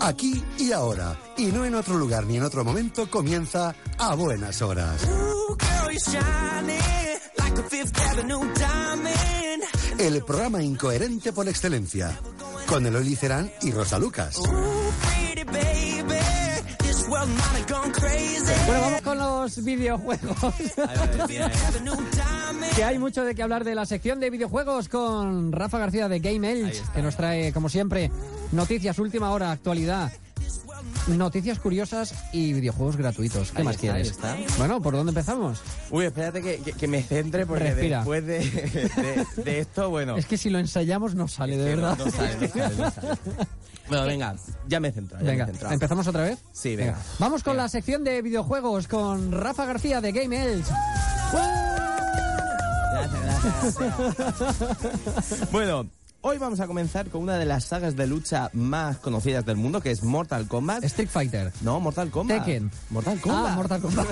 aquí y ahora, y no en otro lugar ni en otro momento, comienza a buenas horas. El programa incoherente por excelencia, con Eloy Cerán y Rosa Lucas. Bueno, vamos con los videojuegos. ¿eh? que hay mucho de qué hablar de la sección de videojuegos con Rafa García de Game Elch, que nos trae, como siempre, noticias, última hora, actualidad. Noticias curiosas y videojuegos gratuitos. ¿Qué Ahí más está, quieres? ahí está. Bueno, ¿por dónde empezamos? Uy, espérate que, que- que me centre porque Respira. después de, de- de esto, bueno. Es que si lo ensayamos no sale, de no- verdad. no sale, no sale, no sale. Bueno, venga, ya me he centrado. ya me he Venga, centrado. ¿empezamos otra vez? Sí, venga. Vamos con Venga. la sección de videojuegos con Rafa García de Game Elch. Gracias, gracias, gracias. bueno, hoy vamos a comenzar con una de las sagas de lucha más conocidas del mundo, que es Mortal Kombat. Street Fighter. No, Mortal Kombat. Tekken. Mortal Kombat. Ah, Mortal Kombat.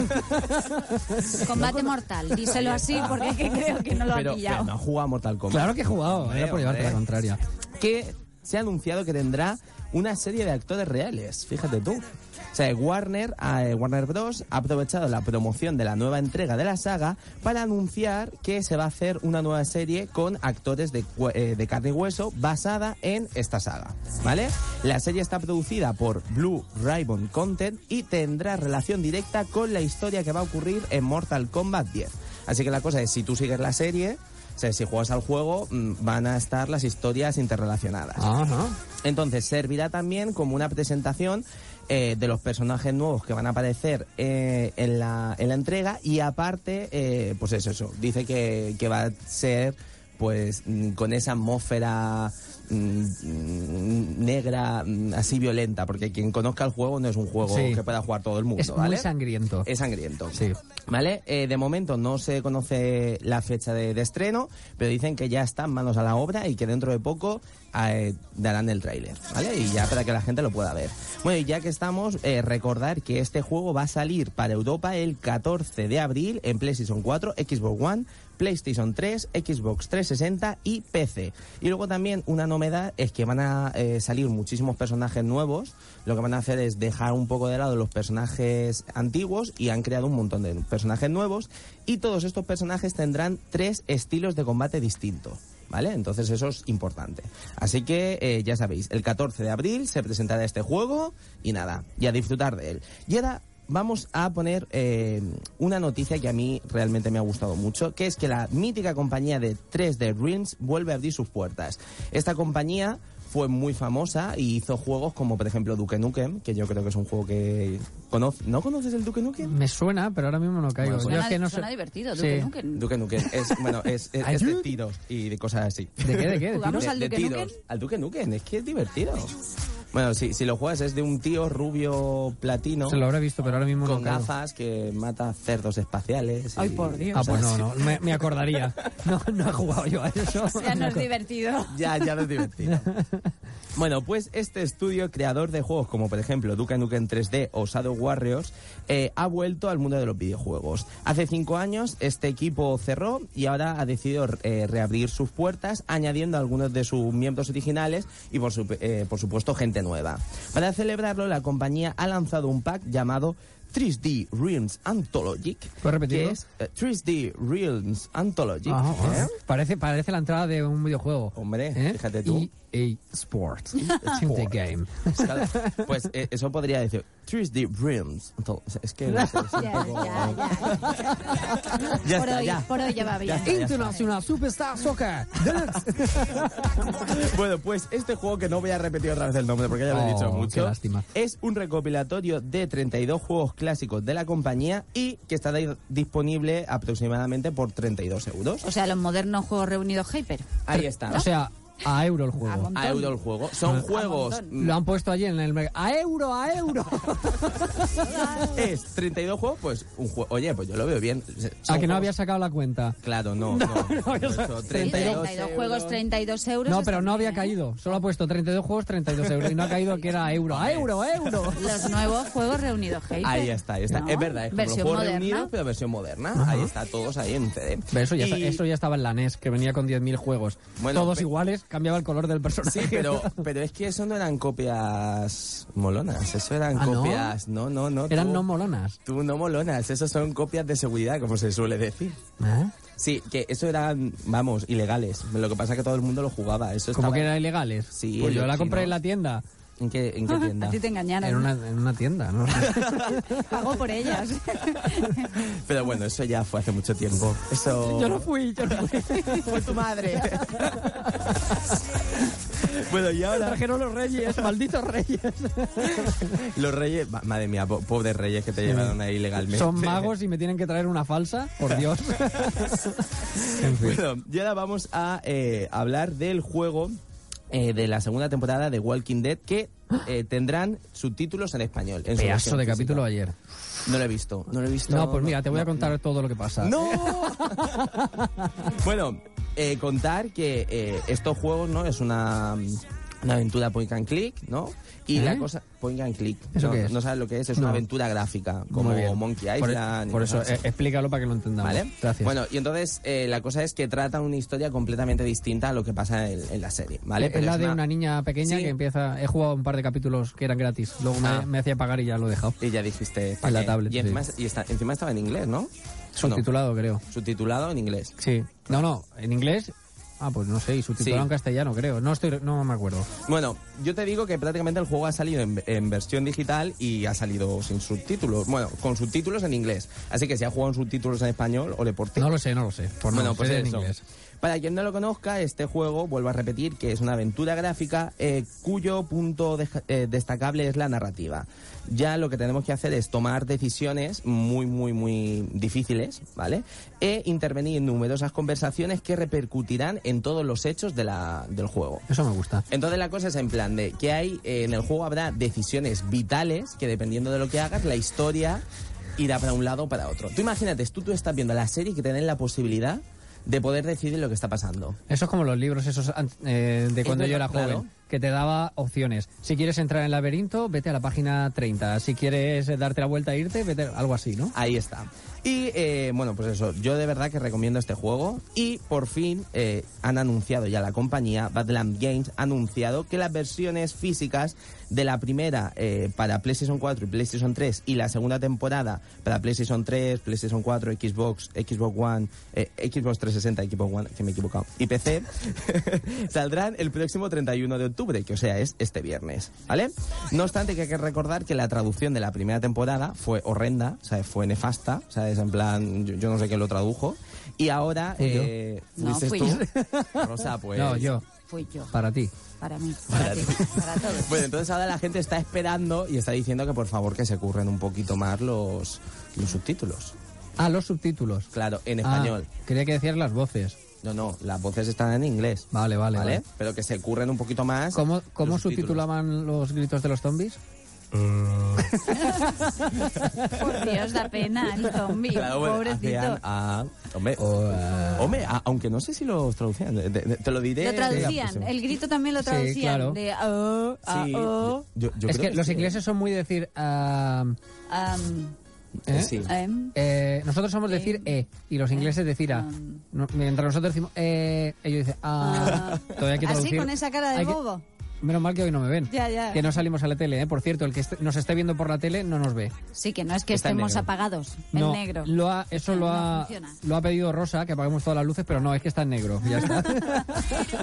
Combate mortal, díselo así porque es que creo que no lo pero, ha pillado. pero no juega Mortal Kombat. Claro que he jugado, Hombre, era por llevarte la hombre. contraria. que se ha anunciado que tendrá una serie de actores reales. Fíjate tú. O sea, Warner, eh, Warner Bros. ha aprovechado la promoción de la nueva entrega de la saga para anunciar que se va a hacer una nueva serie con actores de, cue- eh, de carne y hueso basada en esta saga. ¿Vale? La serie está producida por Blue Ribbon Content y tendrá relación directa con la historia que va a ocurrir en Mortal Kombat 10. Así que la cosa es, si tú sigues la serie, o sea, si juegas al juego, mm, van a estar las historias interrelacionadas. Ah, no. Entonces, servirá también como una presentación eh, de los personajes nuevos que van a aparecer eh, en, la, en la entrega. Y aparte, eh, pues eso, eso. Dice que, que va a ser pues mm, con esa atmósfera mm, mm, negra mm, así violenta porque quien conozca el juego no es un juego Sí. que pueda jugar todo el mundo Es muy ¿vale? sangriento. es sangriento Sí. ¿Vale? Eh, de momento no se conoce la fecha de, de estreno, pero dicen que ya están manos a la obra y que dentro de poco eh, darán el tráiler, ¿vale? Y ya para que la gente lo pueda ver. Bueno, y ya que estamos, eh, recordar que este juego va a salir para Europa el 14 de abril en PlayStation 4, Xbox One, PlayStation 3, Xbox 360 y PC. Y luego también una novedad es que van a eh, salir muchísimos personajes nuevos. Lo que van a hacer es dejar un poco de lado los personajes antiguos y han creado un montón de personajes nuevos. Y todos estos personajes tendrán tres estilos de combate distintos. ¿Vale? Entonces eso es importante. Así que eh, ya sabéis, el 14 de abril se presentará este juego y nada, y a disfrutar de él. Y ahora vamos a poner eh, una noticia que a mí realmente me ha gustado mucho, que es que la mítica compañía de 3D Realms vuelve a abrir sus puertas. Esta compañía fue muy famosa y hizo juegos como por ejemplo Duke Nukem, que yo creo que es un juego que... cono- ¿No conoces el Duke Nukem? Me suena, pero ahora mismo no caigo. Bueno, pues- Yo suena es que no suena sé- divertido, Sí. Duke Nukem. Duke Nukem es, bueno, es, es- es de Ayú. tiros y de cosas así. ¿De qué? ¿De qué? ¿De tiro? Jugamos De- al de Duke Nukem? tiros. Al Duke Nukem, es que es divertido. Bueno, si, si lo juegas es de un tío rubio platino Se lo habré visto, pero ahora mismo con no caigo. gafas que mata cerdos espaciales. y- Ay, por Dios. Ah, pues no, no, me, me acordaría. No, no he jugado yo a eso. Ya no es divertido. Ya, ya lo es divertido. Bueno, pues este estudio creador de juegos como por ejemplo Duke Nukem 3D o Shadow Warriors eh, ha vuelto al mundo de los videojuegos. Hace cinco años este equipo cerró y ahora ha decidido eh, reabrir sus puertas añadiendo a algunos de sus miembros originales y por, su- eh, por supuesto gente nueva. Para celebrarlo la compañía ha lanzado un pack llamado 3D Realms Anthologic. ¿Puedes repetirlo? que es, eh, 3D Realms Anthologic. Ah, ¿eh? ah. Parece, parece la entrada de un videojuego. Hombre, ¿Eh? fíjate tú. EA Sports. The Game. Claro, Pues eh, eso podría decir 3D Realms. Entonces, Es que no sé, es un Ya, poco- ya, ya. Ya por, está, hoy, ya. por hoy ya va bien. está, ya está. International Superstar Soccer. Deluxe. Bueno, pues este juego que no voy a repetir otra vez el nombre porque ya lo he Oh, dicho mucho. qué lástima. Es un recopilatorio de 32 juegos clásicos de la compañía y que estará di- disponible aproximadamente por 32 euros. O sea, los modernos juegos reunidos Hyper. Ahí está. O sea, a euro el A juego. montón. a Ah, euro el juego. Ah. Son juegos Mm, montón. Lo han puesto allí en el mercado. ¡A euro, a euro! es 32 juegos, pues un juego. Oye, pues yo lo veo bien. a Son Ah, que no juegos- había sacado la cuenta. Claro, no, no. yo sé. Son Sí, 32, 32 euros. juegos, 32 euros. No, pero está no había bien, ¿eh? caído. Solo ha puesto 32 juegos, 32 euros. Y no ha caído que era a euro. ¡A euro, a euro! Los nuevos juegos reunidos Hyper. Ahí está, ahí está. ¿No? Es verdad, es como los Versión juegos moderna. reunidos, pero versión moderna. Ahí está, todos ahí en CD. Pero eso ya, Y- eso ya estaba en la NES, E que venía con 10.000 juegos. Bueno, Todos pe- iguales, cambiaba el color del personaje. Sí, pero, pero es que eso no eran copias molonas, eso eran Ah, ¿no? copias, no, no, no. Eran tú- no molonas. Tú no molonas, eso son copias de seguridad, como se suele decir. ¿Eh? Sí, que eso eran, vamos, ilegales. Lo que pasa es que todo el mundo lo jugaba. Eso Como estaba- que eran ilegales. Sí, pues yo lo la que compré no. en la tienda. ¿En qué, en qué A tienda? ti te engañaron. En una, en una tienda, ¿no? Pago por ellas. Pero bueno, eso ya fue hace mucho tiempo. Eso... yo no fui, yo no fui. fue tu madre. bueno, y ahora Trajeron los reyes, malditos reyes. los reyes... ma- Madre mía, po- pobres reyes que te llevaron ahí ilegalmente. Son magos y me tienen que traer una falsa, por Dios. en fin. Bueno, y ahora vamos a eh, hablar del juego eh, de la segunda temporada de Walking Dead que eh, tendrán subtítulos en español. En su Pedazo versión de física. capítulo ayer. No lo he visto, no lo he visto. No, pues mira, te voy a no, contar todo lo que pasa. ¡No! bueno, eh, contar que eh, estos juegos, ¿no? Es una, una aventura point and click, ¿no? Y ¿Eh? la cosa... Point and click. ¿Eso no, qué es? no sabes lo que es, es No. una aventura gráfica, como Muy bien. Monkey Por- Island... y Por, eso, cosas así. eh, explícalo para que lo entendamos. ¿Vale? Gracias. Bueno, y entonces eh, la cosa es que trata una historia completamente distinta a lo que pasa en, en la serie, ¿vale? es Pero la es de una niña pequeña Sí. que empieza. He jugado un par de capítulos que eran gratis. Luego me, Ah. me hacía pagar y ya lo he dejado. Y ya dijiste... En la qué? tablet, Y, sí. encima, y está- encima estaba en inglés, ¿no? ¿O no? Subtitulado, creo. Subtitulado en inglés. Sí. No, no, en inglés. Ah, pues no sé, y subtitulado Sí. en castellano, creo. No estoy, no me acuerdo. Bueno, yo te digo que prácticamente el juego ha salido en, en versión digital y ha salido sin subtítulos. Bueno, con subtítulos en inglés. Así que si ha jugado en subtítulos en español, o le porté. No lo sé, no lo sé. Por bueno, pues en eso. inglés. Para quien no lo conozca, este juego, vuelvo a repetir, que es una aventura gráfica eh, cuyo punto deja- eh, destacable es la narrativa. Ya lo que tenemos que hacer es tomar decisiones muy, muy, muy difíciles, ¿vale? E intervenir en numerosas conversaciones que repercutirán en todos los hechos de la- del juego. Eso me gusta. Entonces la cosa es en plan de que hay eh, en el juego habrá decisiones vitales que dependiendo de lo que hagas la historia irá para un lado o para otro. Tú imagínate, tú, tú estás viendo la serie y que te den la posibilidad de poder decidir lo que está pasando. Eso es como los libros esos an- eh, de cuando verdad, yo era joven, claro. que te daba opciones. Si quieres entrar en el laberinto, vete a la página 30. Si quieres eh, darte la vuelta e irte, vete algo así, ¿no? Ahí está. Y eh, bueno, pues eso, yo de verdad que recomiendo este juego. Y por fin eh, han anunciado ya la compañía, Badland Games, ha anunciado que las versiones físicas de la primera eh, para PlayStation 4 y PlayStation 3 y la segunda temporada para PlayStation 3, PlayStation 4, Xbox, pues, Xbox One, eh, Xbox 360, Xbox One, que me he equivocado, y PC, saldrán el próximo 31 de octubre, que o sea es este viernes, ¿vale? No obstante que hay que recordar que la traducción de la primera temporada fue horrenda, o sea, fue nefasta, o sea, es en plan, yo, yo no sé quién lo tradujo, y ahora... Fui yo. eh, No, ¿fuiste fui tú? Rosa, pues... No, yo, Fui yo. para ti. Para mí. Para ti. Para todos. Bueno, entonces ahora la gente está esperando y está diciendo que por favor que se curren un poquito más los, los subtítulos. Ah, los subtítulos. Claro, en Ah, español. quería que decías las voces. No, no, las voces están en inglés. Vale, vale, vale. Pero que se curren un poquito más. ¿Cómo, cómo los subtítulos. subtitulaban los gritos de los zombies? Por Dios, da pena el zombie. Claro, bueno, Pobrecito. hacían, ah, hombre, eh, hombre, ah, aunque no sé si los traducían. de- de- de- te lo diré. Lo de la traducían. próxima. El grito también lo Sí, traducían. claro. De "Ah, a o, a Sí, o. yo- yo es creo que, los sí. ¿eh? ingleses son muy decir... ah, am, em, ¿eh? Sí. am. Eh, nosotros somos decir E y los ingleses decir A. um. No, mientras nosotros decimos E, ellos dicen A. Ah. Todavía hay que Así, traducir. con esa cara de Hay que- bobo. Menos mal que hoy no me ven. Ya, ya. Que no salimos a la tele, ¿eh? Por cierto, el que est- nos esté viendo por la tele no nos ve. Sí, que no es que Está en estemos negro. apagados. no, en negro. Lo ha- eso No, lo, no ha, funciona. lo ha pedido Rosa, que apaguemos todas las luces, pero no, es que está en negro. Ya está.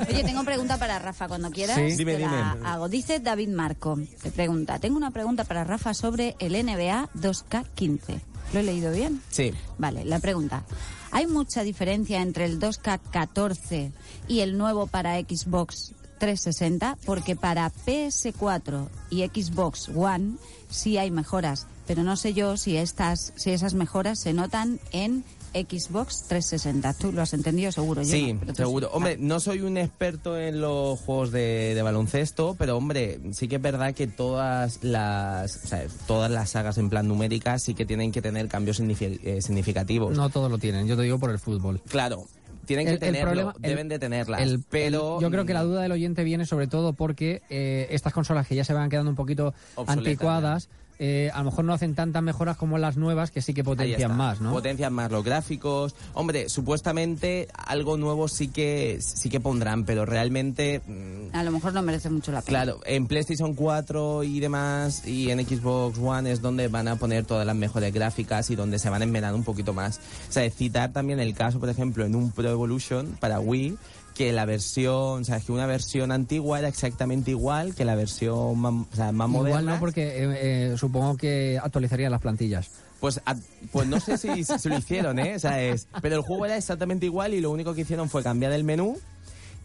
Oye, tengo pregunta para Rafa cuando quieras. Sí. Dime, te la dime. Hago. Dice David Marco. Te pregunta. Tengo una pregunta para Rafa sobre el NBA 2K15. ¿Lo he leído bien? Sí. Vale, la pregunta. ¿Hay mucha diferencia entre el 2K14 y el nuevo para Xbox 360? Porque para PS4 y Xbox One sí hay mejoras, pero no sé yo si estas si esas mejoras se notan en Xbox 360. Tú lo has entendido seguro, yo Sí, no, pero ah. tú seguro. sí. Hombre, no soy un experto en los juegos de, de baloncesto, pero hombre, sí que es verdad que todas las o sea, todas las sagas en plan numérica sí que tienen que tener cambios signifi- eh, significativos. No todos lo tienen, yo te digo por el fútbol. Claro, tienen que tenerlo, deben de tenerlas, el- pero... mm. el- yo creo que la duda del oyente viene sobre todo porque eh, estas consolas que ya se van quedando un poquito Obsoletas, anticuadas eh, a lo mejor no hacen tantas mejoras como las nuevas, que sí que Ahí potencian está. más, ¿no? Potencian más los gráficos. Hombre, supuestamente algo nuevo sí que sí que pondrán, pero realmente mm, A lo mejor no merece mucho la pena. Claro, en PlayStation 4 y demás, y en Xbox One es donde van a poner todas las mejores gráficas y donde se van a envenenar un poquito más. O sea, citar también el caso, por ejemplo, en un Pro Evolution para Wii, que la versión, o sea, que una versión antigua era exactamente igual que la versión más, o sea, más Igual moderna. no, porque eh, eh, supongo que actualizarían las plantillas. Pues, a- pues no sé si, si lo hicieron, ¿eh? O sea, es- pero el juego era exactamente igual y lo único que hicieron fue cambiar el menú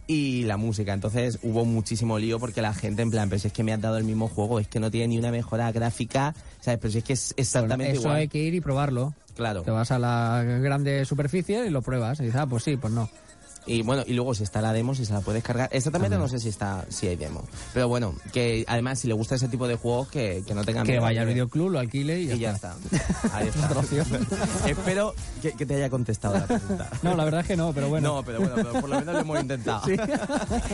y la música. Entonces hubo muchísimo lío porque la gente, en plan, pero si es que me has dado el mismo juego, es que no tiene ni una mejora gráfica, ¿sabes? Pero si es que es exactamente Eso igual. hay que ir y probarlo. Claro. Te vas a la grande superficie y lo pruebas. Y dices, ah, pues sí, pues no. Y bueno, y luego si está la demo, si se la puedes cargar. Exactamente no sé si está si hay demo. Pero bueno, que además si le gusta ese tipo de juegos, que, que no tengan Que miedo, vaya al que- videoclub, lo alquile y ya, Ah, Y ya está. Ahí está. Espero que, que te haya contestado la pregunta. No, la verdad es que no, pero bueno. No, pero bueno, pero por lo menos lo hemos intentado.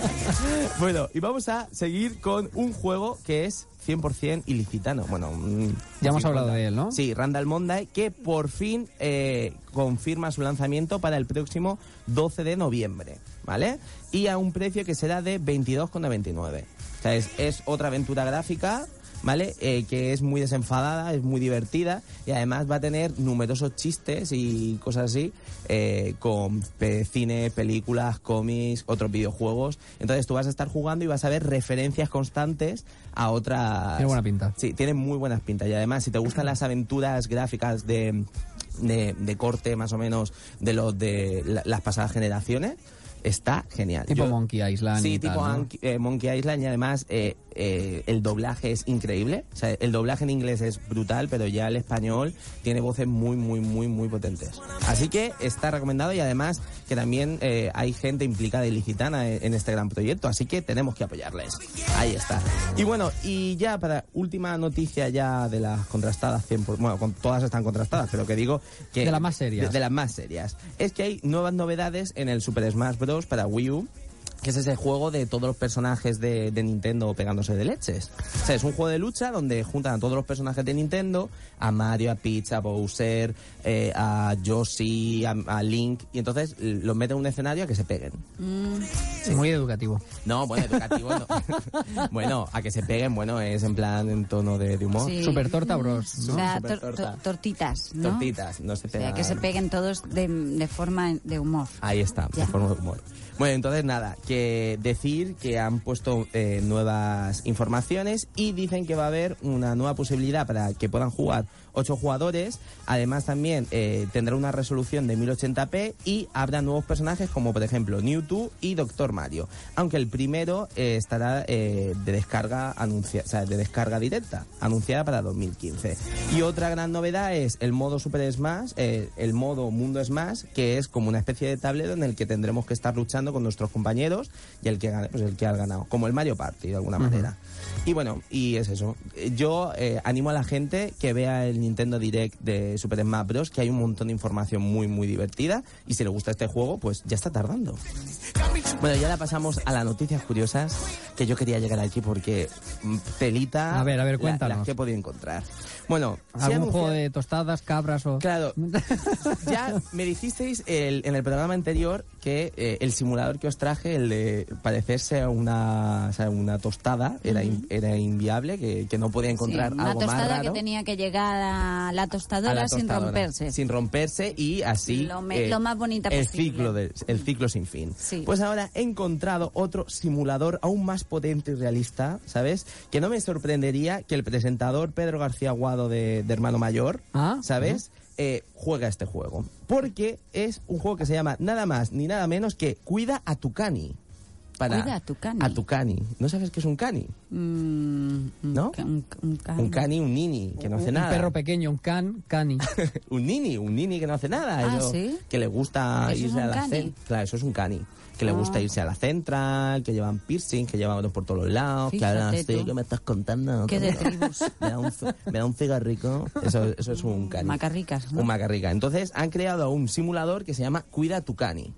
bueno, y vamos a seguir con un juego que es 100% ilicitano. Bueno, mm, Ya hemos 50. hablado de él, ¿no? Sí, Randall Monday, que por fin eh, confirma su lanzamiento para el próximo 12 de noviembre, ¿vale? Y a un precio que será de 22,99. O sea, es, es otra aventura gráfica. ¿Vale? Eh, que es muy desenfadada, es muy divertida y además va a tener numerosos chistes y cosas así eh, con pe- cine, películas, cómics, otros videojuegos. Entonces tú vas a estar jugando y vas a ver referencias constantes a otras... Tiene buena pinta. Sí, tiene muy buenas pintas. Y además, si te gustan las aventuras gráficas de, de, de corte, más o menos, de los de la- las pasadas generaciones, está genial. Tipo Yo- Monkey Island. Sí, y tal, tipo ¿no? Anki- eh, Monkey Island y además eh, eh, el doblaje es increíble. O sea, el doblaje en inglés es brutal, pero ya el español tiene voces muy, muy, muy, muy potentes. Así que está recomendado y además que también eh, hay gente implicada y licitana en, en este gran proyecto, así que tenemos que apoyarles. Ahí está. Y bueno, y ya para última noticia ya de las contrastadas, 100 por- bueno, con, todas están contrastadas, pero que digo que... De las más serias. de- de las más serias. Es que hay nuevas novedades en el Super Smash Bros. para Wii U. Que es ese juego de todos los personajes de, de Nintendo pegándose de leches. O sea, es un juego de lucha donde juntan a todos los personajes de Nintendo, a Mario, a Peach, a Bowser, eh, a Yoshi, a, a Link, y entonces l- los meten en un escenario a que se peguen. Muy educativo. No, bueno, educativo no. bueno, a que se peguen, bueno, es en plan en tono de, de humor. Sí. Super Mm. Torta Bros. O sea, Super tor- torta. tor- tortitas, ¿no? Tortitas, no se O sea, pegan. que se peguen todos de, de forma de humor. Ahí está, Ya. de forma de humor. Bueno, entonces nada, que decir que han puesto eh, nuevas informaciones y dicen que va a haber una nueva posibilidad para que puedan jugar ocho jugadores. Además también eh, tendrá una resolución de 1080p y habrá nuevos personajes como por ejemplo Newtwo y Doctor Mario. Aunque el primero eh, estará eh, de descarga anuncia, o sea, de descarga directa, anunciada para 2015. Y otra gran novedad es el modo Super Smash, eh, el modo Mundo Smash, que es como una especie de tablero en el que tendremos que estar luchando con nuestros compañeros y el que gane, pues el que ha ganado, como el Mario Party de alguna manera. Y bueno, y es eso. Eh, Yo eh, animo a la gente que vea el Nintendo Direct de Super Smash Bros. que hay un montón de información muy muy divertida y si le gusta este juego, pues ya está tardando. Bueno, ya la pasamos a las noticias curiosas que yo quería llegar aquí porque mm, pelita A ver, a ver, la- cuéntanos. las que he podido encontrar. Bueno, se ¿Algún anuncia- juego de tostadas, cabras o...? Claro, ya me dijisteis el- en el programa anterior que eh, el simulador que os traje, el de parecerse a una, o sea, una tostada, era, in- era inviable, que, que no podía encontrar Sí, una algo tostada más raro. que tenía que llegar a la tostadora, a la sin tostadora. romperse. Sin romperse y así. eh, Lo me- lo más bonita el posible. Ciclo de- el ciclo sin fin. Sí. Pues ahora he encontrado otro simulador aún más potente y realista, ¿sabes? Que no me sorprendería que el presentador Pedro García Guado de, de Hermano Mayor, Ah, ¿sabes? Eh, juega este juego. Porque es un juego que se llama nada más ni nada menos que Cuida a tu cani. Para, Cuida a tu cani. A tu cani. ¿No sabes qué es un cani? Mm, un ¿No? ca- Un, ca- un ca- Un cani, un nini, que no hace un nada. perro pequeño, un can, cani. un nini, un nini que no hace nada. Ah, eso, ¿sí? Que le gusta ¿Eso es irse un a la cani? Ah. central. Claro, eso es un cani. Que le gusta irse a la central, que llevan piercing, que llevan por todos los lados, que hablan Fíjate así, tú. ¿qué me estás contando? Qué ¿Qué me- de tribus. Me da un, c- me da un cigarrico. Eso, eso es un cani. Macarricas, ¿no? Un macarrica. Entonces han creado un simulador que se llama Cuida tu cani.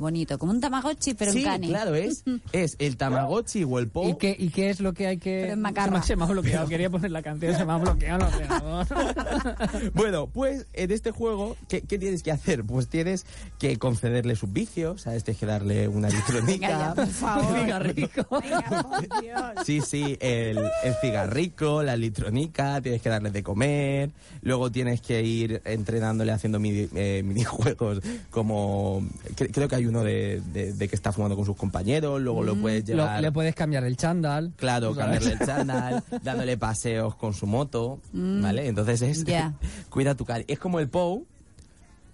bonito, como un Tamagotchi, pero sí, en cani. claro, es, es el Tamagotchi o el Po. ¿Y qué, ¿Y qué es lo que hay que...? Pero en macarra. Se me ha bloqueado, quería poner la canción, se me ha bloqueado el ordenador. Bueno, pues en este juego, ¿qué, qué tienes que hacer? Pues tienes que concederle sus vicios, ¿sabes? Tienes que darle una Venga ya, electrónica. por favor. Venga, rico. Venga, Oh, por Dios. Sí, sí, el, el cigarrico, la electrónica, tienes que darles de comer, luego tienes que ir entrenándole haciendo mini- eh, minijuegos, como cre- creo que hay uno de, de- de que está fumando con sus compañeros, luego Mm, lo puedes Lo- llevar... le puedes cambiar el chándal. Claro, Tú sabes. cambiarle el chándal, dándole paseos con su moto, ¿vale? Entonces es... Mm. Ya. cuida tu cani. Es como el POU,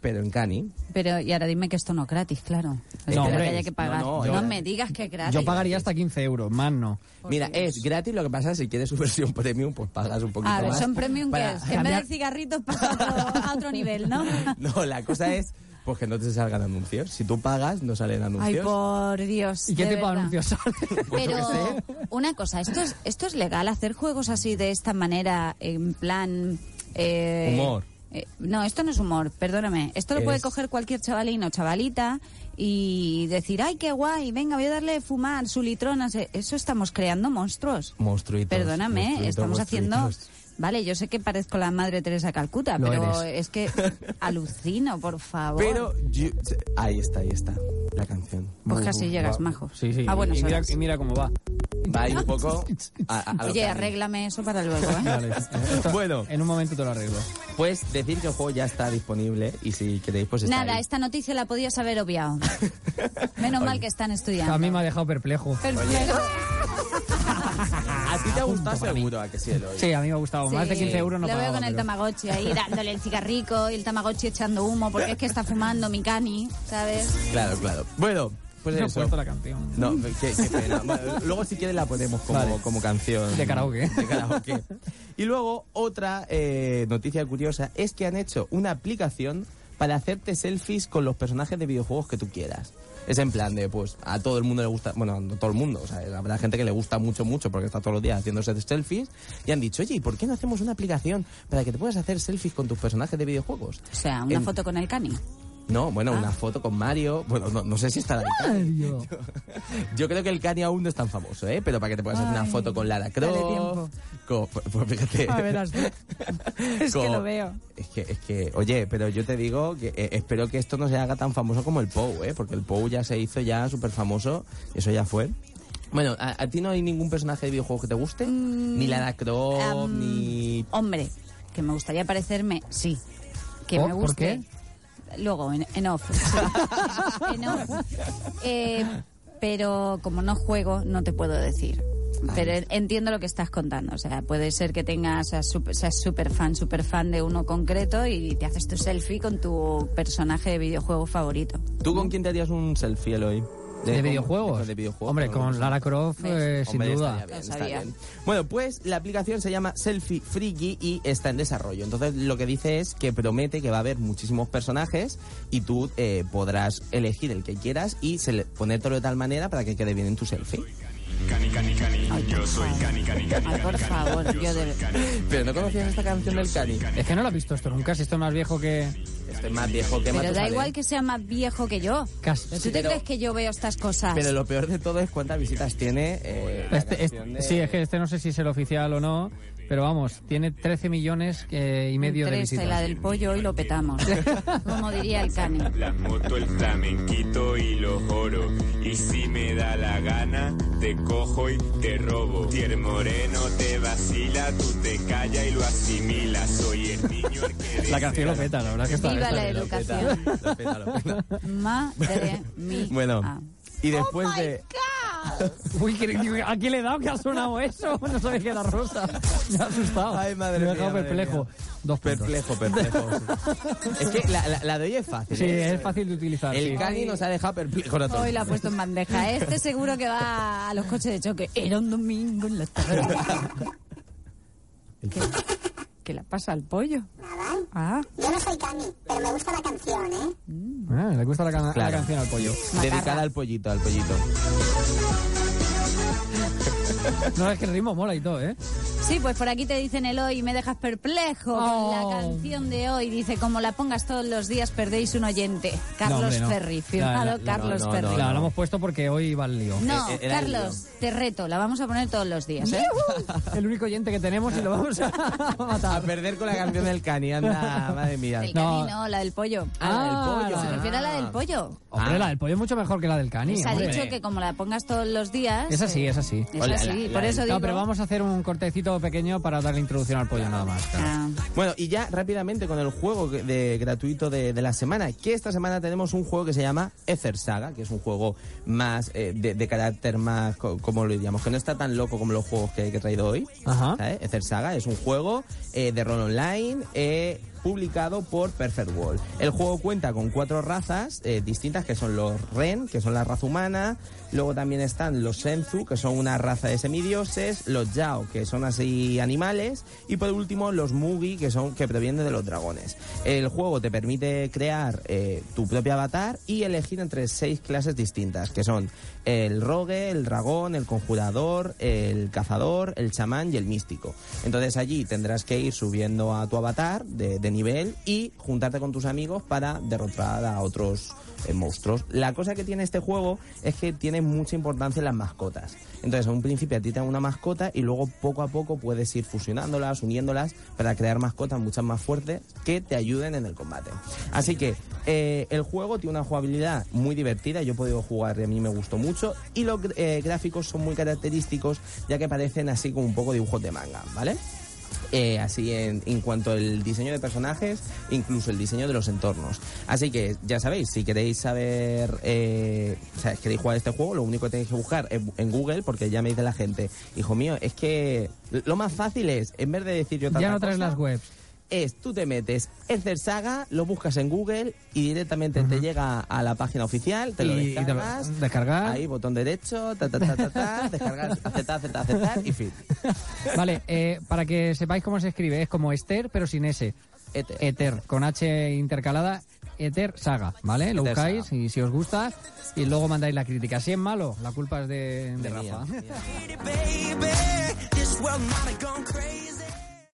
pero en cani. Pero, y ahora dime que esto no es gratis, claro. No, Espero hombre, que haya que pagar. no, No, no, yo- me digas que es gratis. Yo pagaría hasta 15 euros, más no. Por Mira, Dios. es gratis, lo que pasa es que si quieres su versión premium, pues pagas un poquito A ver, más. Ah, son premium para que es. Que en vez cambiar- de cigarritos pasa a otro- a otro nivel, ¿no? No, la cosa es pues que no te salgan anuncios. Si tú pagas, no salen Ay, anuncios. por Dios. ¿Y qué de tipo de verdad. anuncios son? Pues yo Pero qué una cosa, ¿esto es, ¿esto es legal hacer juegos así de esta manera, en plan... eh, Humor. eh, no, esto no es humor, perdóname. Esto lo puede Es- coger cualquier chavalín o chavalita y decir, ay, qué guay, venga, voy a darle fumar, su litrona. se- Eso estamos creando monstruos. Monstruitos, Perdóname, monstruitos, estamos monstruitos. haciendo... Vale, yo sé que parezco la madre Teresa Calcuta, Lo pero eres. es que alucino, por favor. Pero yo- ahí está, ahí está la canción. Pues casi llegas, majo. Ah, Sí, sí. A buenas y, mira, horas. y mira cómo va. Va ahí un poco. a- a- a lo Oye, que- arréglame eso para luego, ¿eh? Esto- Bueno. En un momento te lo arreglo. Pues decir que el juego ya está disponible y si queréis, pues está. Nada, ahí. esta noticia la podías haber obviado. Menos mal que están estudiando. A mí me ha dejado perplejo. A ti te ha gustado seguro, a que sí, Eloy? Sí, a mí me ha gustado. Más de Sí, 15 euros no Lo veo pagaba, con el pero- Tamagotchi ahí dándole el cigarrico y el Tamagotchi echando humo porque es que está fumando mi cani, ¿sabes? Claro, claro. Bueno, pues No he eso. puesto la canción. No, qué, qué pena. Bueno, Luego si quieres la ponemos como, Vale. como canción. De karaoke. De karaoke. Y luego otra eh, noticia curiosa es que han hecho una aplicación para hacerte selfies con los personajes de videojuegos que tú quieras. Es en plan de, pues, a todo el mundo le gusta, bueno, no todo el mundo, o sea, habrá gente que le gusta mucho, mucho, porque está todos los días haciéndose selfies, y han dicho, oye, ¿y por qué no hacemos una aplicación para que te puedas hacer selfies con tus personajes de videojuegos? O sea, una En- foto con el cani. No, bueno, Ah. una foto con Mario, bueno, no, no sé si estará... ahí. Yo creo que el Kanye aún no es tan famoso, ¿eh? Pero para que te puedas hacer una Ay, foto con Lara dale tiempo. Croft. Con, pues, pues fíjate. A verás tú. Es que Con- lo veo. Es que, es que, oye, pero yo te digo que eh, espero que esto no se haga tan famoso como el Pou, ¿eh? Porque el Pou ya se hizo ya súper famoso, eso ya fue. Bueno, ¿a, a ti no hay ningún personaje de videojuego que te guste? Mm, ni Lara Croft, Am, ni... Hombre, que me gustaría parecerme, sí. Que Oh, me ¿por guste. Luego, en, en off. sí. En off. Eh, pero como no juego, no te puedo decir. Pero en- entiendo lo que estás contando. O sea, puede ser que tengas, seas súper fan, súper fan de uno concreto y te haces tu selfie con tu personaje de videojuego favorito. ¿Tú con quién te harías un selfie, Eloy? ¿De, con- videojuegos? De videojuegos. Hombre, con- con Lara Croft, eh, sin Hombre, duda. estaría bien, Lo está sabía. bien. Bueno, pues la aplicación se llama Selfie Freaky y está en desarrollo. Entonces lo que dice es que promete que va a haber muchísimos personajes y tú eh, podrás elegir el que quieras y se le- ponértelo de tal manera para que quede bien en tu selfie. yo soy Cani, Cani, Cani. por favor, yo de Pero no conocías esta canción del Cani. Es que no lo has visto esto nunca, si esto es más viejo que... Estoy más viejo que Pero da Matusalén. igual que sea más viejo que yo. Casi. ¿Tú Sí, te pero- crees que yo veo estas cosas? Pero lo peor de todo es cuántas visitas tiene. eh, la Este- este- canción de- Sí, es que este no sé si es el oficial o no, pero vamos, tiene 13 millones eh, y medio de Tres de visitas. la del pollo y lo petamos. Como diría el cani. La moto, el flamenquito y los oros. Y si me da la gana, te cojo y te robo. Si el moreno te vacila, tú te callas y lo asimilas. Soy el niño el que La dice canción lo peta, la verdad es que está... Viva está la bien. Lo peta, lo peta, lo peta. Madre mía. Bueno, Ah. y después de... Uy, que- ¿a quién le he dado que ha sonado eso? No sabía que era rosa. Me ha asustado. Ay, madre Me ha mía, dejado madre perplejo. mía. Dos puntos. Perplejo, perplejo. es que la, la- la de hoy es fácil. Sí, ¿eh? es fácil de utilizar. El sí. Cani nos ha dejado perplejos a todos. Hoy la ha puesto en bandeja. Este seguro que va a los coches de choque. Era un domingo en la tarde. ¿Qué, ¿Qué la pasa al pollo? Ah, Yo no soy Cami, pero me gusta la canción, ¿eh? Ah, le gusta la, can- la Claro. canción al pollo. Dedicada al pollito, al pollito. No, es que el ritmo mola y todo, ¿eh? Sí, pues por aquí te dicen el hoy y me dejas perplejo con Oh. la canción de hoy. Dice, como la pongas todos los días perdéis un oyente. Carlos hombre, no. Ferri, firmado No, no, no, Carlos no, no, Ferri. no, La, la hemos puesto porque hoy va el lío. No, Eh, era el Carlos, te reto, la vamos a poner todos los días. ¿eh? El único oyente que tenemos y lo vamos a A matar. perder con la canción del Cani, anda, madre mía. El No. camino, la del pollo. Ah, la del pollo. Se refiere a la del pollo. Hombre, la del pollo es mucho mejor que la del cani. Se ha hombre. dicho que como la pongas todos los días. Es así, eh, es así. Es Hola, así, la- por la- eso digo. No, pero vamos a hacer un cortecito pequeño para darle introducción al pollo nada más. Ah, Bueno, y ya rápidamente con el juego que- de, gratuito de, de la semana, que esta semana tenemos un juego que se llama Ether Saga, que es un juego más eh, de, de carácter más, co- como lo diríamos, que no está tan loco como los juegos que, que he traído hoy. Ajá. ¿sabes? Ether ¿eh? Saga es un juego eh, de rol online. eh, publicado por Perfect World. El juego cuenta con cuatro razas eh, distintas, que son los Ren, que son la raza humana, luego también están los Senzu, que son una raza de semidioses, los Yao, que son así animales, y por último los Mugi, que son que provienen de los dragones. El juego te permite crear eh, tu propio avatar y elegir entre seis clases distintas, que son el rogue, el dragón, el conjurador, el cazador, el chamán y el místico. Entonces allí tendrás que ir subiendo a tu avatar de, de nivel y juntarte con tus amigos para derrotar a otros eh, monstruos. La cosa que tiene este juego es que tiene mucha importancia las mascotas. Entonces, a un principio a ti te dan una mascota y luego poco a poco puedes ir fusionándolas, uniéndolas para crear mascotas muchas más fuertes que te ayuden en el combate. Así que eh, el juego tiene una jugabilidad muy divertida, yo he podido jugar y a mí me gustó mucho. Y los gr- eh, gráficos son muy característicos ya que parecen así como un poco dibujos de manga, ¿vale? Eh, así en, en cuanto al diseño de personajes, incluso el diseño de los entornos. Así que ya sabéis, si queréis saber, eh, o sea, si queréis jugar este juego, lo único que tenéis que buscar en, en Google, porque ya me dice la gente, hijo mío, es que lo más fácil es, en vez de decir yo Ya tanta no traes cosa, las webs. es tú te metes Ether Saga, lo buscas en Google y directamente te llega a la página oficial, te lo Y- y te lo- descargas, descargar. ahí botón derecho, ta ta ta ta, ta descargar, aceptar, aceptar, aceptar y fin. Vale, eh, para que sepáis cómo se escribe, es como Esther, pero sin S. Ether. Ether, con H intercalada, Ether Saga, ¿vale? Lo Ether buscáis Saga. y si os gusta, y luego mandáis la crítica. Si es malo, la culpa es de, de mía, Rafa. mía. baby. This world not a